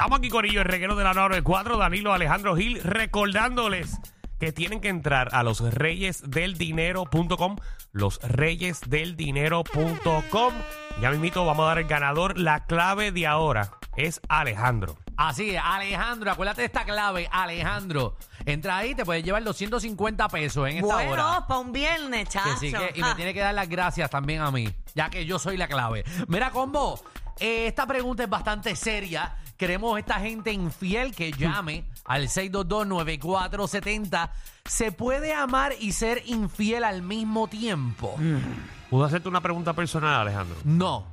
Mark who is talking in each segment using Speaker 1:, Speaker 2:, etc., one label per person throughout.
Speaker 1: Estamos aquí, Corillo, el reguero de la 994, Danilo Alejandro Gil, recordándoles que tienen que entrar a losreyesdeldinero.com, losreyesdeldinero.com. Ya mismito vamos a dar el ganador. La clave de ahora es Alejandro.
Speaker 2: Así es, Alejandro, acuérdate de esta clave, Alejandro. Entra ahí, te puedes llevar 250 pesos en esta hora.
Speaker 3: Bueno, para un viernes, chacho.
Speaker 2: Que sí que- y
Speaker 3: Ah,
Speaker 2: me tiene que dar las gracias también a mí, ya que yo soy la clave. Mira, combo, eh, esta pregunta es bastante seria. Queremos esta gente infiel que llame al 622-9470. ¿Se puede amar y ser infiel al mismo tiempo?
Speaker 3: Mm.
Speaker 1: ¿Puedo hacerte una pregunta personal, Alejandro?
Speaker 2: No.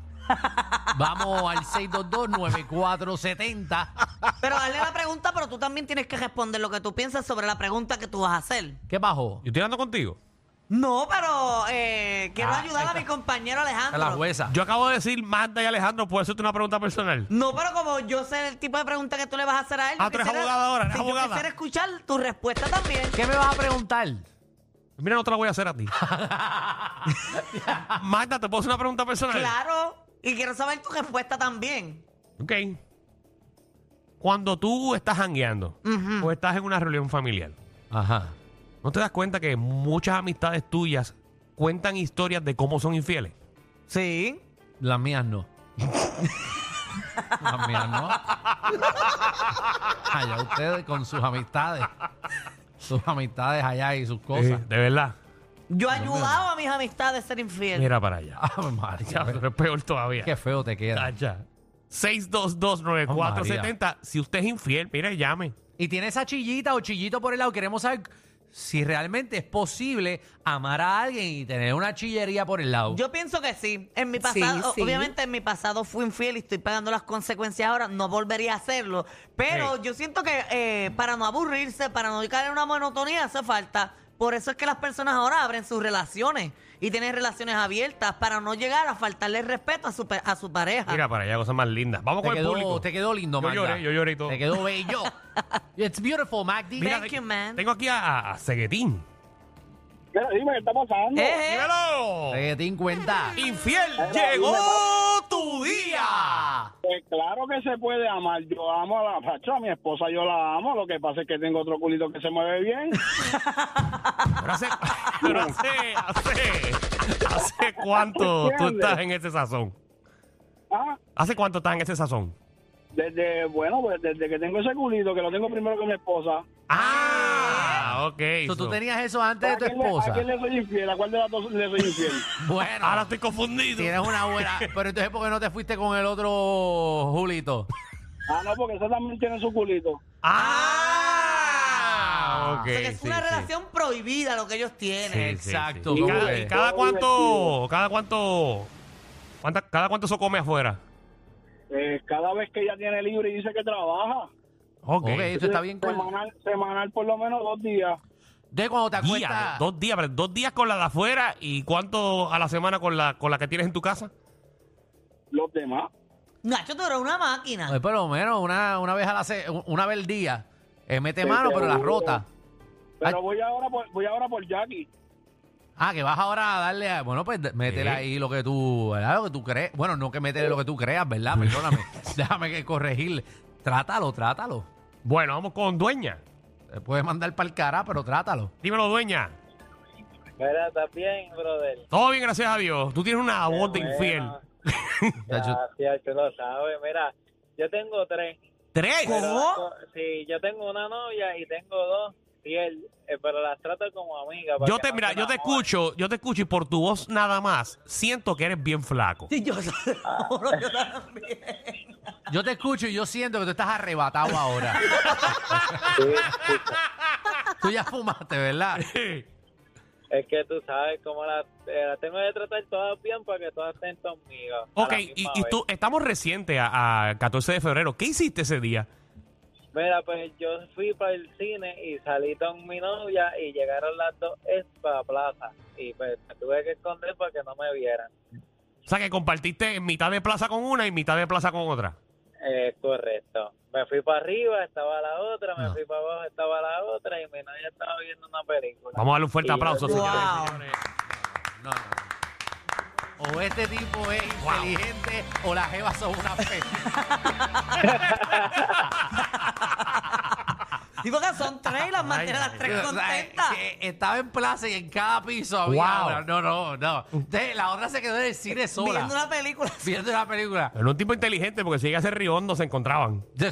Speaker 2: Vamos al 622-9470.
Speaker 3: Pero dale la pregunta, pero tú también tienes que responder lo que tú piensas sobre la pregunta que tú vas a hacer.
Speaker 2: ¿Qué bajó?
Speaker 1: Yo estoy hablando contigo.
Speaker 3: No, pero eh, quiero
Speaker 2: Ah,
Speaker 3: ayudar
Speaker 2: ahí
Speaker 3: a
Speaker 2: está.
Speaker 3: mi compañero
Speaker 2: A
Speaker 3: Alejandro.
Speaker 2: la jueza.
Speaker 1: Yo acabo de decir Magda y Alejandro, ¿puedo hacerte una pregunta personal?
Speaker 3: No, pero como yo sé el tipo de pregunta que tú le vas a hacer a él.
Speaker 1: Ah,
Speaker 3: yo
Speaker 1: tú eres
Speaker 3: quisiera-
Speaker 1: abogada ahora, eres
Speaker 3: sí, yo
Speaker 1: abogada.
Speaker 3: quisiera escuchar tu respuesta también.
Speaker 2: ¿Qué me vas a preguntar?
Speaker 1: Mira, no te la voy a hacer a ti. Magda, ¿te puedo hacer una pregunta personal?
Speaker 3: Claro, y quiero saber tu respuesta también.
Speaker 1: Ok. Cuando tú estás hangueando o estás en una reunión familiar,
Speaker 2: Ajá.
Speaker 1: ¿no te das cuenta que muchas amistades tuyas cuentan historias de cómo son infieles?
Speaker 3: Sí.
Speaker 2: Las mías no. Las mías no. Allá ustedes con sus amistades. Sus amistades allá y sus cosas.
Speaker 1: Eh, de verdad.
Speaker 3: Yo he ayudado a mis amistades a ser infiel.
Speaker 1: Mira para allá.
Speaker 2: Ave Ah, pues, María,
Speaker 1: Ya, pero es peor todavía.
Speaker 2: Qué feo te queda.
Speaker 1: Tacha. 6229470. Si usted es infiel, mira, llame.
Speaker 2: Y tiene esa chillita o chillito por el lado. Queremos saber si realmente es posible amar a alguien y tener una chillería por el lado.
Speaker 3: Yo pienso que sí. En mi
Speaker 4: Sí,
Speaker 3: pasado,
Speaker 4: sí.
Speaker 3: obviamente en mi pasado fui infiel y estoy pagando las consecuencias ahora. No volvería a hacerlo. Pero
Speaker 1: Sí.
Speaker 3: yo siento que eh, para no aburrirse, para no caer en una monotonía, hace falta. Por eso es que las personas ahora abren sus relaciones y tienen relaciones abiertas para no llegar a faltarle el respeto a su, pe- a su pareja.
Speaker 1: Mira para allá, cosas más lindas. Vamos
Speaker 2: te,
Speaker 1: con el
Speaker 2: quedó,
Speaker 1: público.
Speaker 2: te quedó lindo,
Speaker 1: Yo
Speaker 2: Magda.
Speaker 1: lloré, yo lloré y todo.
Speaker 2: Te quedó bello. It's beautiful, Magdi.
Speaker 1: Mira,
Speaker 3: Thank you, man.
Speaker 1: Tengo aquí a, a- a Ceguetín.
Speaker 5: Mira, dime, ¿qué está pasando?
Speaker 3: Eh, eh.
Speaker 1: ¡Dímelo!
Speaker 2: Te di cuenta.
Speaker 1: Infiel,
Speaker 5: Mira,
Speaker 1: llegó
Speaker 5: dime,
Speaker 1: tu día.
Speaker 5: Pues claro que se puede amar. Yo amo a la facho, a mi esposa yo la amo. Lo que pasa es que tengo otro culito que se mueve bien.
Speaker 1: Pero hace, pero hace, hace, hace cuánto tú
Speaker 5: ¿Entiendes?
Speaker 1: estás en ese sazón.
Speaker 5: Ah,
Speaker 1: ¿Hace cuánto estás en ese sazón?
Speaker 5: desde, bueno, pues desde que tengo ese culito, que lo tengo primero que mi esposa.
Speaker 1: Ah, ok.
Speaker 2: So, tú
Speaker 1: so-
Speaker 2: tenías eso antes
Speaker 5: ¿A
Speaker 2: de tu
Speaker 5: quién le-
Speaker 2: esposa.
Speaker 5: ¿A quién le soy infiel? ¿A cuál de las dos le soy infiel?
Speaker 2: Bueno,
Speaker 1: Ahora estoy confundido.
Speaker 2: tienes una buena. Pero entonces, ¿por qué no te fuiste con el otro Julito?
Speaker 5: ah, no, porque esa también tiene su culito.
Speaker 1: Ah, ok.
Speaker 3: O sea, que es
Speaker 1: sí,
Speaker 3: una
Speaker 1: sí.
Speaker 3: relación prohibida lo que ellos tienen.
Speaker 1: Sí, sí,
Speaker 2: Exacto.
Speaker 1: sí. ¿Y, cada, y cada
Speaker 5: Todo
Speaker 1: cuánto,
Speaker 5: divertido.
Speaker 1: cada cuánto, cuánta- cada cuánto se come afuera?
Speaker 5: Eh, cada vez que ella tiene libre y dice que trabaja.
Speaker 2: Ok, eso está bien cool.
Speaker 5: semanal, semanal por lo menos dos días.
Speaker 2: Entonces, cuando te
Speaker 1: Día,
Speaker 2: acuestas.
Speaker 1: dos días, pero dos días con la de afuera y cuánto a la semana con la, con la que tienes en tu casa.
Speaker 5: Los demás.
Speaker 3: Nacho, tú eres una máquina.
Speaker 2: Oye, por lo menos una, una vez a la se- una vez al día. eh, mete
Speaker 5: Sí,
Speaker 2: mano,
Speaker 5: te
Speaker 2: pero la
Speaker 5: juro.
Speaker 2: rota.
Speaker 5: Pero
Speaker 2: Ay.
Speaker 5: voy ahora por, voy ahora por Jackie.
Speaker 2: Ah, que vas ahora a darle a. Bueno, pues métele
Speaker 1: Sí.
Speaker 2: ahí lo que tú. ¿verdad? Lo que tú crees. Bueno, no que métele lo que tú creas, ¿verdad? Perdóname. Déjame que corregir. Trátalo, trátalo.
Speaker 1: Bueno, vamos con dueña.
Speaker 2: Te puedes mandar para el cara, pero trátalo.
Speaker 1: Dímelo, dueña.
Speaker 6: Mira, estás bien, brother.
Speaker 1: Todo bien, gracias a Dios. Tú tienes una voz de
Speaker 6: Bueno,
Speaker 1: infiel.
Speaker 6: Gracias, tú lo sabes. Mira, yo tengo tres.
Speaker 1: ¿Tres?
Speaker 6: pero
Speaker 3: ¿Cómo?
Speaker 6: las co- sí, yo tengo una novia y tengo dos fiel, eh, pero las trato como amigas. para
Speaker 1: Yo
Speaker 6: que
Speaker 1: te,
Speaker 6: no
Speaker 1: mira,
Speaker 6: se
Speaker 1: yo te
Speaker 6: enamoren.
Speaker 1: escucho, yo te escucho y por tu voz nada más siento que eres bien flaco.
Speaker 3: Sí, yo, yo también.
Speaker 2: Yo te escucho y yo siento que tú estás arrebatado ahora. tú ya fumaste, ¿verdad?
Speaker 6: Es que tú sabes cómo las eh, las tengo que tratar todas bien para que todas estén conmigo. a
Speaker 1: Ok,
Speaker 6: la
Speaker 1: y,
Speaker 6: misma
Speaker 1: y
Speaker 6: vez.
Speaker 1: tú, estamos reciente a, a 14 de febrero. ¿Qué hiciste ese día?
Speaker 6: Mira, pues yo fui para el cine y salí con mi novia y llegaron las dos ex para la plaza. Y pues me tuve que esconder para que no me vieran.
Speaker 1: O sea, que compartiste en mitad de plaza con una y mitad de plaza con otra.
Speaker 6: Eh, correcto. Me fui para arriba, estaba la otra, me
Speaker 2: No.
Speaker 6: fui para abajo, estaba la otra y mi novia estaba viendo una película.
Speaker 1: Vamos a darle un fuerte
Speaker 6: Y yo-
Speaker 1: aplauso,
Speaker 3: Wow.
Speaker 1: señores y señores.
Speaker 2: No, no, no. O este tipo es
Speaker 1: Wow.
Speaker 2: inteligente o las jevas son una fe.
Speaker 3: Sí, porque son tres y las mantiene las tres
Speaker 2: O sea, eh,
Speaker 3: contentas.
Speaker 2: que Estaba en plaza y en cada piso había
Speaker 1: Wow.
Speaker 2: una. No, no, no. Entonces, la otra se quedó en el cine sola.
Speaker 3: Viendo una película.
Speaker 2: viendo una película.
Speaker 1: Era un tipo inteligente porque si llega a ser riondo se encontraban.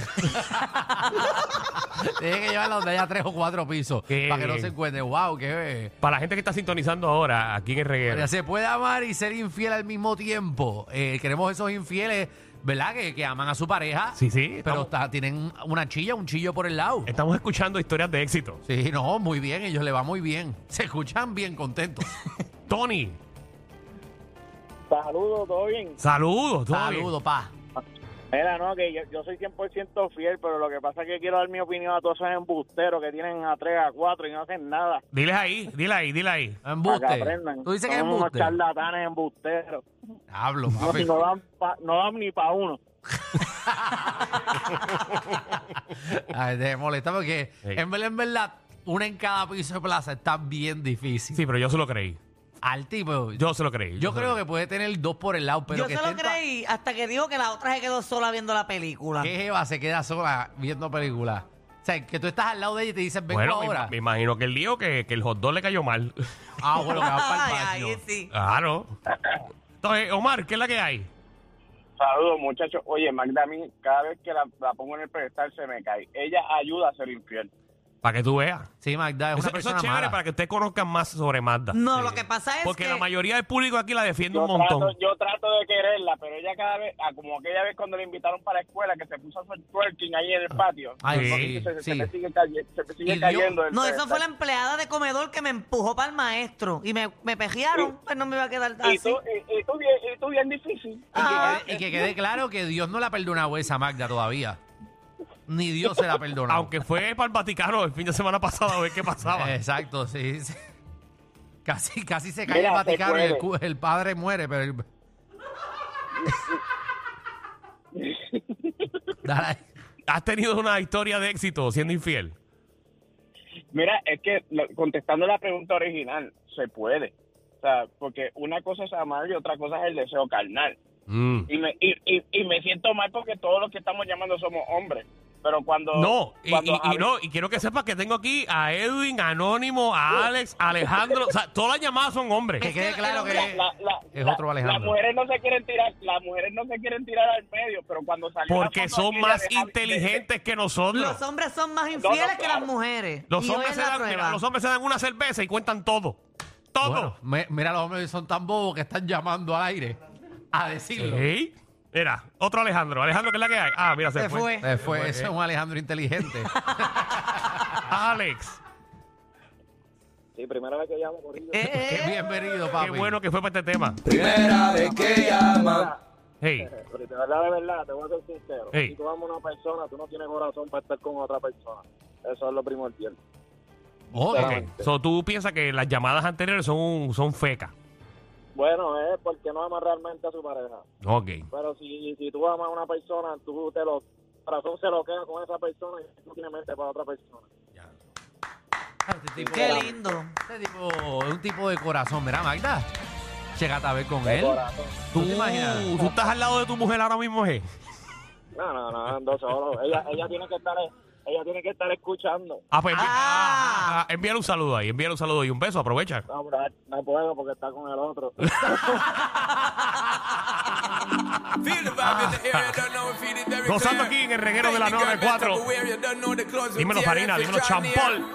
Speaker 2: Tiene que llevarla donde haya tres o cuatro pisos
Speaker 1: Qué
Speaker 2: para que no
Speaker 1: bien.
Speaker 2: se encuentre. ¡Wow! ¡Qué
Speaker 1: Para la gente que está sintonizando ahora aquí en el reguero.
Speaker 2: Mira, se puede amar y ser infiel al mismo tiempo. Eh, queremos esos infieles, ¿verdad? Que, que aman a su pareja.
Speaker 1: Sí, sí,
Speaker 2: Pero
Speaker 1: estamos- Eh.
Speaker 2: está- tienen una chilla, un chillo por el lado.
Speaker 1: Estamos escuchando historias de éxito.
Speaker 2: Sí, no, muy bien, ellos le va muy bien. Se escuchan bien contentos.
Speaker 1: Tony,
Speaker 5: Saludos, todo bien.
Speaker 1: saludos. todo bien.
Speaker 2: Saludos, pa.
Speaker 5: Mira, no, que yo, yo soy 100% fiel, pero lo que pasa es que quiero dar mi opinión a todos esos embusteros que tienen a 3, a 4 y no hacen nada.
Speaker 1: Diles ahí, dile ahí, dile ahí.
Speaker 5: Para que
Speaker 2: Embuste.
Speaker 5: aprendan.
Speaker 2: Tú dices que es
Speaker 5: Son unos
Speaker 2: embuste.
Speaker 5: charlatanes embusteros.
Speaker 2: Hablo,
Speaker 5: No,
Speaker 2: papi.
Speaker 5: no dan, pa- no dan ni para uno.
Speaker 2: Ay, te molesta porque
Speaker 1: Sí.
Speaker 2: en verdad, en verdad, una en cada piso de plaza está bien difícil.
Speaker 1: Sí, pero yo se lo creí.
Speaker 2: Al tipo, yo,
Speaker 1: Yo se lo creí. se lo
Speaker 2: creo
Speaker 1: creí.
Speaker 2: que puede tener dos por el lado, pero
Speaker 3: Yo
Speaker 2: que
Speaker 3: se lo
Speaker 2: estén pa-
Speaker 3: creí hasta que dijo que la otra se quedó sola viendo la película.
Speaker 2: ¿Qué jeva se queda sola viendo películas? O sea, que tú estás al lado de ella y te dicen, vengo
Speaker 1: Bueno, me,
Speaker 2: ahora.
Speaker 1: me imagino que el lío que, que el hot dog le cayó mal.
Speaker 2: Ah, bueno, que vas para el
Speaker 3: Ay,
Speaker 2: baño.
Speaker 3: ahí sí.
Speaker 1: Claro. Entonces, Omar, ¿qué es la que hay?
Speaker 5: Saludos, muchachos. Oye, Magda, a mí, cada vez que la, la pongo en el pedestal se me cae. Ella ayuda a ser infiel.
Speaker 1: Para que tú veas.
Speaker 2: Sí, Magda, es
Speaker 1: Eso,
Speaker 2: una
Speaker 1: eso es
Speaker 2: persona
Speaker 1: chévere
Speaker 2: mala.
Speaker 1: para que ustedes conozcan más sobre Magda.
Speaker 3: No,
Speaker 1: Sí.
Speaker 3: lo que pasa es
Speaker 1: Porque
Speaker 3: que...
Speaker 1: la mayoría del público aquí la defiende
Speaker 5: Yo
Speaker 1: un montón.
Speaker 5: trato, yo trato de quererla, pero ella cada vez, ah, como aquella vez cuando le invitaron para la escuela, que se puso a hacer twerking ahí en el patio.
Speaker 2: Ah, Ay,
Speaker 5: Porque
Speaker 2: sí,
Speaker 5: se, se
Speaker 2: sí.
Speaker 5: me sigue, calle- se me sigue
Speaker 2: Y Dios-
Speaker 5: cayendo. el
Speaker 3: No, eso fue la
Speaker 5: pedestal.
Speaker 3: empleada de comedor que me empujó para el maestro y me, me pejearon, pues no me iba a quedar
Speaker 5: Y
Speaker 3: así.
Speaker 5: tú, y, y tú bien, y tú bien difícil.
Speaker 2: Y que-
Speaker 3: Ah.
Speaker 2: y que, quede claro que Dios no la ha perdonado esa Magda todavía. Ni Dios se la ha perdonado.
Speaker 1: Aunque fue para el Vaticano el fin de semana pasado a ver qué pasaba.
Speaker 2: Eh. Exacto, sí. sí. Casi, casi se cae
Speaker 5: Mira,
Speaker 2: el
Speaker 5: se
Speaker 2: Vaticano y el,
Speaker 5: puede.
Speaker 2: cu- el padre muere, pero... el- Dale ahí.
Speaker 1: ¿Has tenido una historia de éxito siendo infiel?
Speaker 5: Mira, es que lo- contestando la pregunta original, se puede. O sea, porque una cosa es amar y otra cosa es el deseo carnal.
Speaker 1: Mm.
Speaker 5: Y me, y, y, y me siento mal porque todos los que estamos llamando somos hombres. Pero cuando.
Speaker 1: No, y,
Speaker 5: cuando
Speaker 1: y- y
Speaker 5: Javi-
Speaker 1: no, y quiero que sepas que tengo aquí a Edwin, a Anónimo,
Speaker 5: Uh.
Speaker 1: a Alex, a Alejandro. O sea, todas las llamadas son hombres.
Speaker 2: Que quede claro
Speaker 5: La-
Speaker 2: que...
Speaker 5: la- la-
Speaker 2: Es
Speaker 5: la-
Speaker 2: otro Alejandro.
Speaker 5: Las mujeres no se quieren tirar, las mujeres no se quieren tirar al medio, pero cuando salió la
Speaker 1: Porque
Speaker 5: foto
Speaker 1: son
Speaker 5: aquella
Speaker 1: más
Speaker 5: de Javi-
Speaker 1: inteligentes que nosotros.
Speaker 3: Los hombres son más
Speaker 5: no,
Speaker 3: infieles que las
Speaker 5: claro.
Speaker 3: mujeres.
Speaker 1: Los
Speaker 3: Y hoy
Speaker 1: hombres,
Speaker 3: es
Speaker 1: se
Speaker 3: la
Speaker 1: dan,
Speaker 3: prueba.
Speaker 1: mira, los hombres se dan una cerveza y cuentan todo. Todo.
Speaker 2: Bueno, me- mira, los hombres son tan bobos que están llamando al aire a decirlo.
Speaker 1: Sí. Mira, otro Alejandro. Alejandro, ¿qué es la que hay? Ah, mira, se,
Speaker 3: Se fue.
Speaker 2: Se fue, ese es un Alejandro inteligente.
Speaker 1: Alex,
Speaker 6: Sí, primera vez que llamo corrido.
Speaker 3: Eh, eh, eh.
Speaker 2: Bienvenido, papi.
Speaker 1: qué bueno que fue para este tema.
Speaker 4: Primera vez que llama.
Speaker 1: Hey,
Speaker 6: Pero de verdad, de verdad, te voy a ser sincero.
Speaker 1: Ey.
Speaker 6: Si tú amas a una persona, tú no tienes corazón para estar con otra persona. Eso es lo primordial.
Speaker 2: Oh,
Speaker 1: ok. So, tú piensas que las llamadas anteriores son, un- son fecas.
Speaker 6: Bueno, es porque no amas realmente a su pareja.
Speaker 1: Ok.
Speaker 6: Pero si, si tú amas a una persona, tú te lo corazón se lo queda con esa persona y tú tienes mente para otra persona.
Speaker 2: Este tipo,
Speaker 3: Qué lindo.
Speaker 2: este tipo es un tipo de corazón. Mira, Magda, chégate a ver con él.
Speaker 6: Corazón.
Speaker 2: ¿Tú
Speaker 1: ¿Tú,
Speaker 2: te imaginas?
Speaker 1: Oh, tú estás al lado de tu mujer ahora mismo, ¿eh?
Speaker 6: No, no, no, ando solo. Ella, ella tiene que estar, ella tiene que estar escuchando.
Speaker 1: Ah, pues envi-
Speaker 3: Ah.
Speaker 1: ah, ah, envíale un saludo ahí, envíale un saludo y un beso, aprovecha.
Speaker 6: No, bro, no puedo porque está con el otro.
Speaker 4: Feel the vibe in the area, don't know if it is very clear.
Speaker 1: Gozando aquí en el reguero de la
Speaker 4: Baby girl, best
Speaker 1: 94.
Speaker 4: of the wear, you don't know the clothes of
Speaker 1: Dímelo,
Speaker 4: TRF,
Speaker 1: Farina,
Speaker 4: it's
Speaker 1: dímelo,
Speaker 4: Johnny.
Speaker 1: Champol.